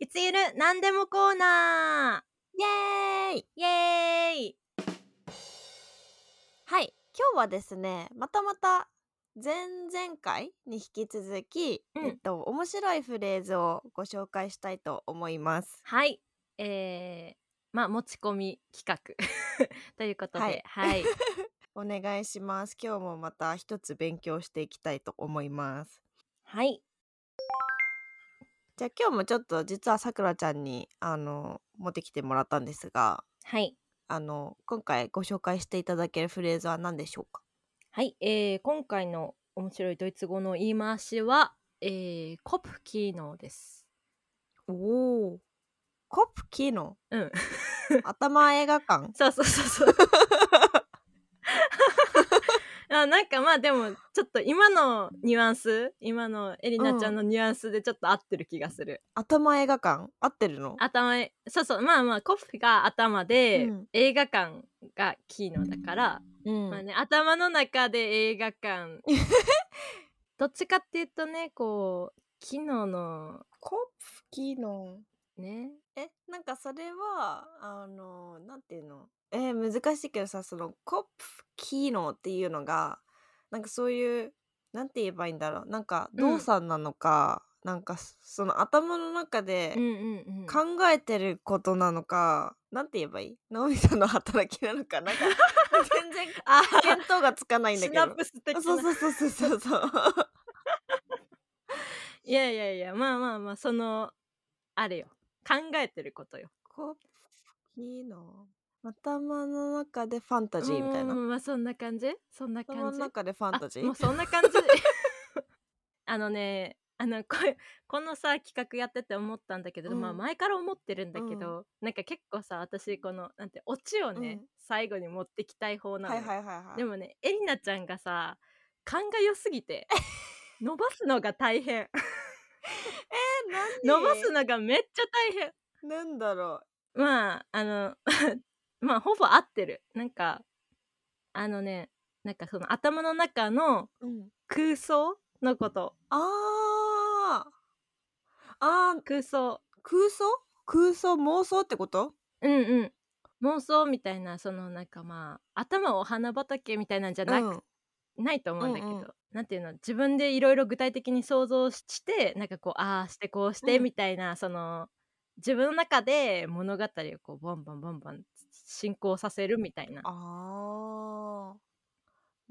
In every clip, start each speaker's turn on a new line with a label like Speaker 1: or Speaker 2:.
Speaker 1: いつゆるなんでもコーナ
Speaker 2: イエーイ
Speaker 1: ーイエーイ
Speaker 2: はい今日はですねまたまた前々回に引き続き、
Speaker 1: うん
Speaker 2: えっと面白いフレーズをご紹介したいと思います
Speaker 1: はいえー、まあ持ち込み企画 ということではい、
Speaker 2: お願いします今日もまた一つ勉強していきたいと思います
Speaker 1: はい、
Speaker 2: じゃあ今日もちょっと実はさくらちゃんにあの持ってきてもらったんですが
Speaker 1: はい
Speaker 2: あの今回ご紹介していただけるフレーズは何でしょうか
Speaker 1: はい、えー、今回の面白いドイツ語の言い回しは、えー、コプキーノです。
Speaker 2: おおコプキの
Speaker 1: うん、
Speaker 2: 頭映画館
Speaker 1: そうそうそうそう。 あなんかまあでもちょっと今のニュアンス今のエリナちゃんのニュアンスでちょっと合ってる気がする、
Speaker 2: 頭映画館合ってるの
Speaker 1: 頭へそうそうまあまあコフが頭で、
Speaker 2: うん
Speaker 1: 映画館がキーノだから、
Speaker 2: うん
Speaker 1: まあね、頭の中で映画 館どっちかっていうとねこう昨日の
Speaker 2: コプキの
Speaker 1: ね
Speaker 2: えなんかそれはあのなんていうのえー難しいけどさそのコプキのっていうのがなんかそういうなんて言えばいいんだろうなんか
Speaker 1: うん
Speaker 2: 動作なのか、なんかそその頭の中で
Speaker 1: うんうんうん
Speaker 2: 考えてることなのか、なんて言えばいい脳みその働きなのかな んか全然
Speaker 1: あ
Speaker 2: 見当がつかないんだ
Speaker 1: シ
Speaker 2: け
Speaker 1: ナ
Speaker 2: ど
Speaker 1: プス的な
Speaker 2: そうそうそうそうそうそう
Speaker 1: いやいやいやまあまあまあそのあれよ考えてることよ
Speaker 2: コプキの頭の中でファンタジーみたいな
Speaker 1: うーんまあそんな感じそんな感じ
Speaker 2: 頭の中でファンタジ
Speaker 1: あもう
Speaker 2: ー
Speaker 1: そんな感じ あのねあのここのさ企画やってて思ったんだけど、
Speaker 2: うん
Speaker 1: まあ前から思ってるんだけど、なんか結構さ私このなんてオチをね、
Speaker 2: うん
Speaker 1: 最後に持ってきたい方なの
Speaker 2: は
Speaker 1: よ、
Speaker 2: いはいはいはい
Speaker 1: でもねエリナちゃんがさ勘が良すぎて伸ばすのが大 変
Speaker 2: え
Speaker 1: 伸ばすのがめっちゃ大変
Speaker 2: なんだろ
Speaker 1: まああの まあほぼ合ってるなんかあのねなんかその頭の中の
Speaker 2: う、うん、
Speaker 1: 空想のこと
Speaker 2: あーあー
Speaker 1: 空想
Speaker 2: 空想空想妄想ってこと
Speaker 1: うんうん妄想みたいなそのなんかまあ頭お花畑みたいなんじゃなく、
Speaker 2: うん
Speaker 1: ないと思うんだけど、
Speaker 2: うんうん
Speaker 1: なんていうの自分でいろいろ具体的に想像ししてなんかこうああしてこうして
Speaker 2: うん
Speaker 1: みたいな、その自分の中で物語をこうボンボンボンボン進行させるみたいな
Speaker 2: あー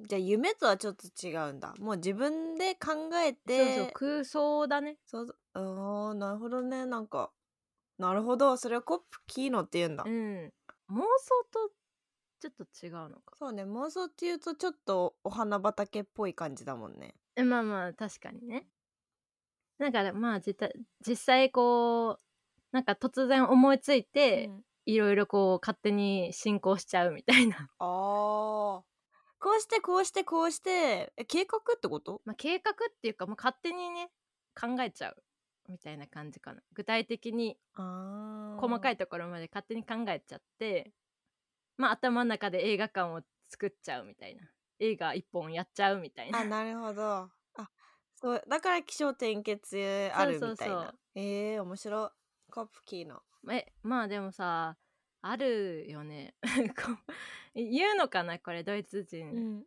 Speaker 2: じゃあ夢とはちょっと違うんだもう自分で考
Speaker 1: そう
Speaker 2: え
Speaker 1: そう
Speaker 2: て
Speaker 1: 空想だね
Speaker 2: そうそうあーなるほどねなんかなるほどそれをコップキーノって言うんだ、
Speaker 1: うん、妄想とちょっと違うのか
Speaker 2: そうね妄想っていうとちょっとお花畑っぽい感じだもんね
Speaker 1: えまあまあ確かにねだからまあ実実際こうなんか突然思いついて、
Speaker 2: うん
Speaker 1: いろいろこう勝手に進行しちゃうみたいな
Speaker 2: あーこうしてこうしてこうしてえ計画ってこと
Speaker 1: まあ計画っていうか、まあ、勝手にね考えちゃうみたいな感じかな具体的に
Speaker 2: あー
Speaker 1: 細か
Speaker 2: い
Speaker 1: いところまで勝手に考えちゃって、まあ頭の中で映画館を作っちゃうみたいな映画一本やっちゃうみたいな
Speaker 2: あなるほどあそうだから気象転結あるみた
Speaker 1: そ
Speaker 2: いな
Speaker 1: うそうそう
Speaker 2: えー、面白いコップキーノ
Speaker 1: えまあでもさあるよね こう言うのかなこれドイツ人、
Speaker 2: うん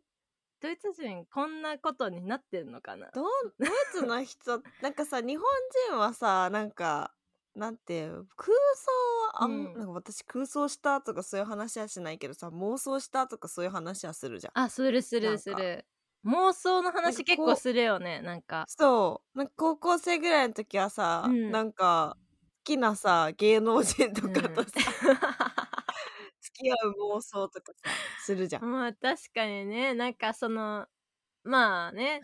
Speaker 1: ドイツ人こんなことになってんのかな
Speaker 2: どうドイツの人 なんかさ日本人はさなんかなんていう空想はあん、
Speaker 1: うん
Speaker 2: なんか私空想したとかそういう話はしないけどさ妄想したとかそういう話はするじゃん。
Speaker 1: あするす
Speaker 2: なん
Speaker 1: る
Speaker 2: か
Speaker 1: する妄想の
Speaker 2: なんかこ
Speaker 1: 話
Speaker 2: う
Speaker 1: 結構するよねなんか
Speaker 2: そうなんか高校生ぐらいの時はさ、
Speaker 1: うん
Speaker 2: なんか好きなさ芸能人とかとさ、 付き合う妄想とかさするじゃん。
Speaker 1: まあ確かにねなんかそのまあ ね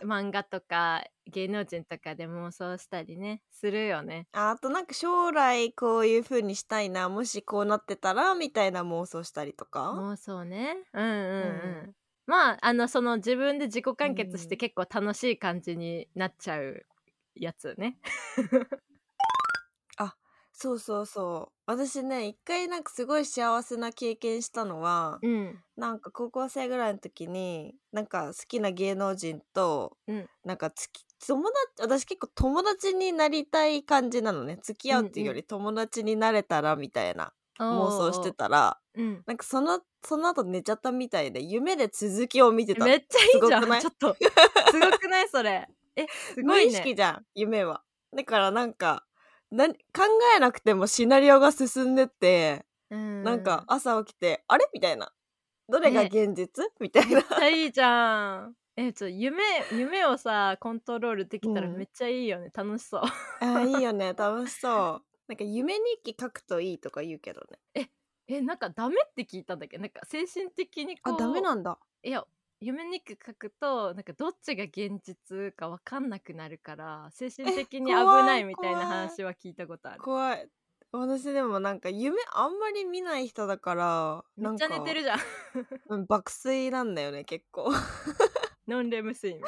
Speaker 1: 漫画とか芸能人とかで妄想したりねするよね
Speaker 2: ああとなんか将来こういう風にしたいなもしこうなってたらみたいな妄想したりとか。
Speaker 1: 妄想ねうんうんうん、
Speaker 2: うん
Speaker 1: まああのその自分で自己完結し
Speaker 2: う
Speaker 1: て
Speaker 2: ん
Speaker 1: 結構楽しい感じになっちゃうやつね、
Speaker 2: そうそうそう私ね一回なんかすごい幸せな経験したのは、
Speaker 1: うん、
Speaker 2: なんか高校生ぐらいの時になんか好きな芸能人と
Speaker 1: うん
Speaker 2: なんかつき友達私結構友達になりたい感じなのね付き合うっていうより友達になれたらみたいな妄想してたら
Speaker 1: うん
Speaker 2: なんかそのその後寝ちゃったみたいで夢で続きを見てた
Speaker 1: めっちゃいいじゃ
Speaker 2: すごくなんい
Speaker 1: ちょっとすごくないそれえすご
Speaker 2: 無
Speaker 1: い
Speaker 2: 意
Speaker 1: ね
Speaker 2: 識じゃん夢はだからなんかな考えなくてもシナリオが進んでって、
Speaker 1: な
Speaker 2: なんか朝起きてあれみたいなどれが
Speaker 1: ね
Speaker 2: 現実、みたいな
Speaker 1: めっちゃいいじゃんえちょ夢夢をさコントロールできたら
Speaker 2: うん
Speaker 1: めっちゃいいよね、楽しそう
Speaker 2: あーいいよね楽しそうなんか夢日記書くといいとか言うけどね
Speaker 1: えなんかダメって聞いたんだけどなんか精神的にこ
Speaker 2: あ
Speaker 1: う
Speaker 2: ダメなんだ
Speaker 1: いや夢日記書くとなんかどっちが現実かわかんなくなるから精神的に危
Speaker 2: 怖い
Speaker 1: ないみたいな
Speaker 2: 怖い
Speaker 1: 話は聞いたことある
Speaker 2: 怖い私でもなんか夢あんまり見ない人だから
Speaker 1: めっちゃ寝
Speaker 2: なんか
Speaker 1: てるじゃん
Speaker 2: うん爆睡なんだよね結構
Speaker 1: ノンレム睡眠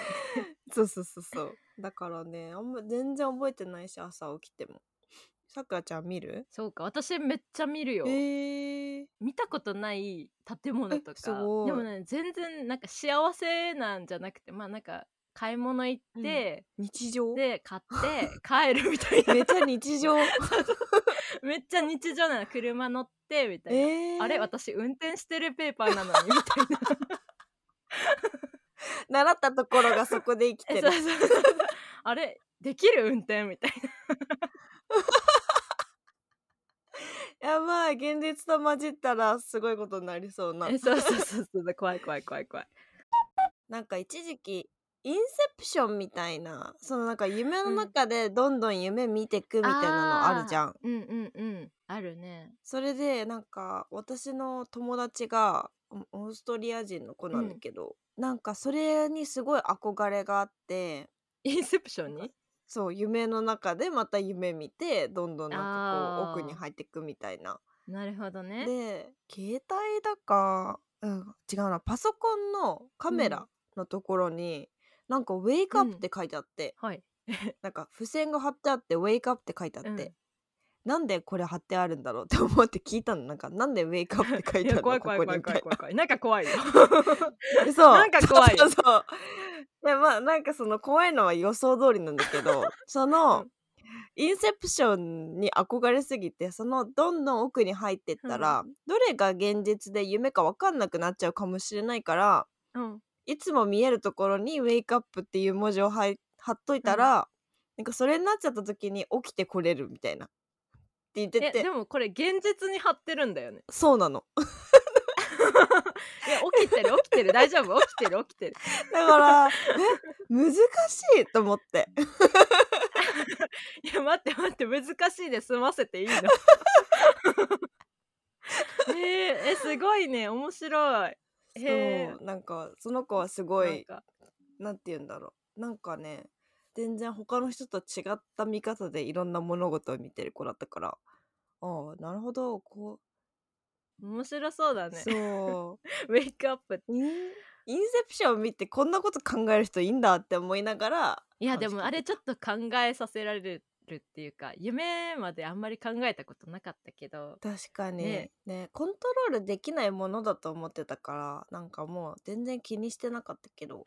Speaker 2: そうそうそうそうだからねあんま全然覚えてないし朝起きてもさくらちゃん見る
Speaker 1: そうか私めっちゃ見るよ、
Speaker 2: えー、
Speaker 1: 見たことない建物と
Speaker 2: え
Speaker 1: か
Speaker 2: すごい
Speaker 1: でもね全然なんか幸せなんじゃなくてまあなんか買い物行って、
Speaker 2: 日常め
Speaker 1: で買 って帰るみたいな
Speaker 2: っちゃ日 常
Speaker 1: めっちゃ日常なの車乗ってみたいな、
Speaker 2: えー、
Speaker 1: あれ私運転してるペーパーなのにみたいな
Speaker 2: 習ったところがそこで生きて
Speaker 1: え
Speaker 2: る
Speaker 1: そうそうそうあれできる運転みたいな
Speaker 2: やばい現実と混じったらすごいことになりそうな
Speaker 1: えそうそうそうそう怖い怖い怖い怖い
Speaker 2: なんか一時期インセプションみたいなそのなんか夢の中でどんどん夢見てくみたいなのあるじゃん、
Speaker 1: うんうんうんあるね
Speaker 2: それでなんか私の友達がおオーストリア人の子なんだけど、なんかそれにすごい憧れがあって
Speaker 1: インセプションに
Speaker 2: そう夢の中でまた夢見てどんどんなんかこう
Speaker 1: あー
Speaker 2: 奥に入ってくみたいな
Speaker 1: なるほどね
Speaker 2: で携帯だか、うん、違うなパソコンのカメ
Speaker 1: う
Speaker 2: ラのところに、なんか「ウェイクアップ」って書いてあって、
Speaker 1: はい
Speaker 2: なんか付箋が貼ってあって「ウェイクアップ」って書いてあって、
Speaker 1: うん
Speaker 2: なんでこれ貼ってあるんだろうって思って聞いたのなんかなんで「ウェイクアップ」って書いてあるの
Speaker 1: 怖い怖い
Speaker 2: こ
Speaker 1: 怖
Speaker 2: こ
Speaker 1: い
Speaker 2: に
Speaker 1: 怖い
Speaker 2: み
Speaker 1: 怖い怖いなんか怖 いよ
Speaker 2: たいなそう
Speaker 1: なんか怖い
Speaker 2: そうそうそうでまあなんかその怖いのは予想通りなんだけ どそ
Speaker 1: う
Speaker 2: の、
Speaker 1: ん
Speaker 2: インセプションに憧れすぎてそのどんどん奥に入ってったら、どれが現実で夢か分かんなくなっちゃうかもしれないから
Speaker 1: うん
Speaker 2: いつも見えるところに「ウェイクアップ」っていう文字をはい貼っといたら、なんかそれになっちゃった時に起きてこれるみたいなって言って
Speaker 1: え
Speaker 2: て
Speaker 1: でもこれ現実に貼ってるんだよね
Speaker 2: そうな の
Speaker 1: いや起きてる起きてる大丈夫起きてる起きてる
Speaker 2: だからえ難しいと思って
Speaker 1: いや待って待って難しいで済ませていい のえー、えすごいね面白いへー
Speaker 2: そうなんかその子はすご
Speaker 1: なん
Speaker 2: い
Speaker 1: か
Speaker 2: なんて言うんだろうなんかね全然他の人と違った見方でいろんな物事を見てる子だったからああなるほどこ
Speaker 1: 面白そうだ
Speaker 2: う、
Speaker 1: ね
Speaker 2: そ
Speaker 1: ウェイクアップ
Speaker 2: うインインセプションを見てこんなこと考える人いいんだって思いながら
Speaker 1: いや
Speaker 2: 話
Speaker 1: でも
Speaker 2: 聞い
Speaker 1: あ
Speaker 2: て
Speaker 1: れちょっと考えさせられるっていうか夢まであんまり考えたことなかったけど
Speaker 2: 確かにね
Speaker 1: ね
Speaker 2: コントロールできないものだと思ってたからなんかもう全然気にしてなかったけ ど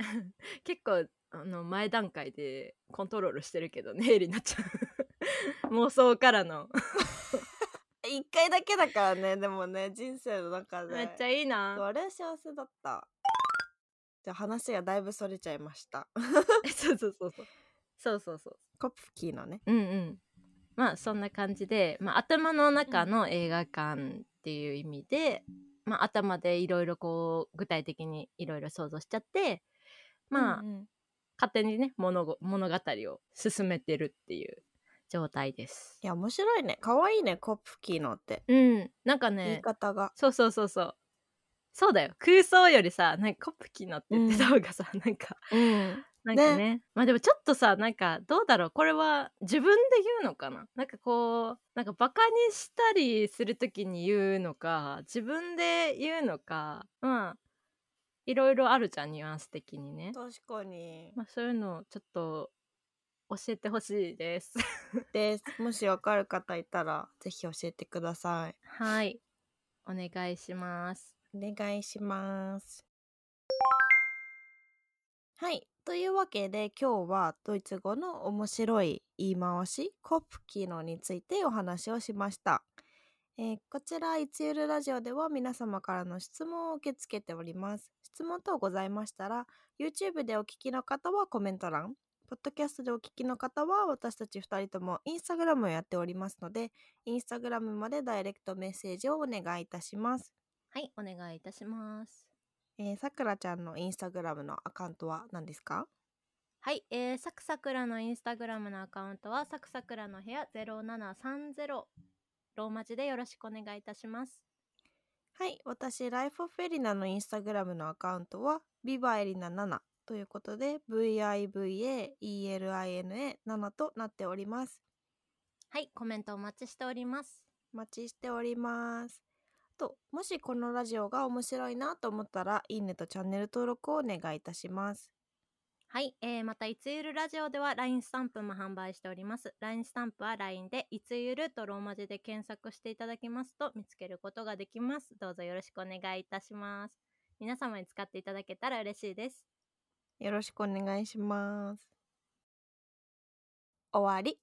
Speaker 1: 結構あの前段階でコントロールしてるけどねえりなち ゃん妄想からの
Speaker 2: 一回だけだからねでもね人生の中で
Speaker 1: めっちゃいい
Speaker 2: そう
Speaker 1: な
Speaker 2: あれは幸せだったじゃあ話がだいぶそれちゃいました
Speaker 1: そうそうそうそうそうそうそう
Speaker 2: コップキーのね
Speaker 1: うんうんまあそんな感じで、まあ、頭の中の映画館っていう意味で、まあ、頭でいろいろこう具体的にいろいろ想像しちゃってまあ、
Speaker 2: うんうん
Speaker 1: 勝手にね物ご物語を進めてるっていう状態です
Speaker 2: いや面白いね可愛いねコップキーのって、
Speaker 1: うんなんか
Speaker 2: 言い
Speaker 1: ね
Speaker 2: 方が
Speaker 1: そうそうそうそうそうだよ空想よりさなんかコップキーのって言ってた方がさ、なんか
Speaker 2: うん
Speaker 1: なんかねまあでもちょっとさなんかどうだろうこれは自分で言うのかななんかこうなんかバカにしたりする時に言うのか自分で言うのかまあいろいろあるじゃんニュアンス的にね、
Speaker 2: 確かに
Speaker 1: まあ、そういうのをちょっと教えてほしいです
Speaker 2: ですもしわかる方いたらぜひ教えてください
Speaker 1: はいお願いします
Speaker 2: お願いしますはいというわけで今日はドイツ語の面白い言い回しコップ機能についてお話をしました、えーこちらいつゆるラジオでは皆様からの質問を受け付けております質問等ございましたら YouTube でお聞きの方はコメント欄ポッドキャストでお聞きの方は私たち2人とも Instagram をやっておりますので Instagram までダイレクトメッセージをお願いいたします
Speaker 1: はい、お願いいたします。
Speaker 2: えーさくらちゃんの Instagram のアカウントは何ですか
Speaker 1: はい、えー、サクサクラのインスタグラムのアカウントは、サクサクラの部屋0730、ローマ字でよろしくお願いいたします。
Speaker 2: はい、私、ライフオフエリナのインスタグラムのアカウントは、ビバエリナ7ということで、VIVAELINA7 となっております。
Speaker 1: はい、コメントお待ちしております。
Speaker 2: お待ちしております。と、もしこのラジオが面白いなと思ったら、いいねとチャンネル登録をお願いいたします。
Speaker 1: はい、えー、また、いつゆるラジオでは LINE スタンプも販売しております。LINE スタンプは LINE で、いつゆるとローマ字で検索していただきますと見つけることができます。どうぞよろしくお願いいたします。皆様に使っていただけたら嬉しいです。
Speaker 2: よろしくお願いします。終わり。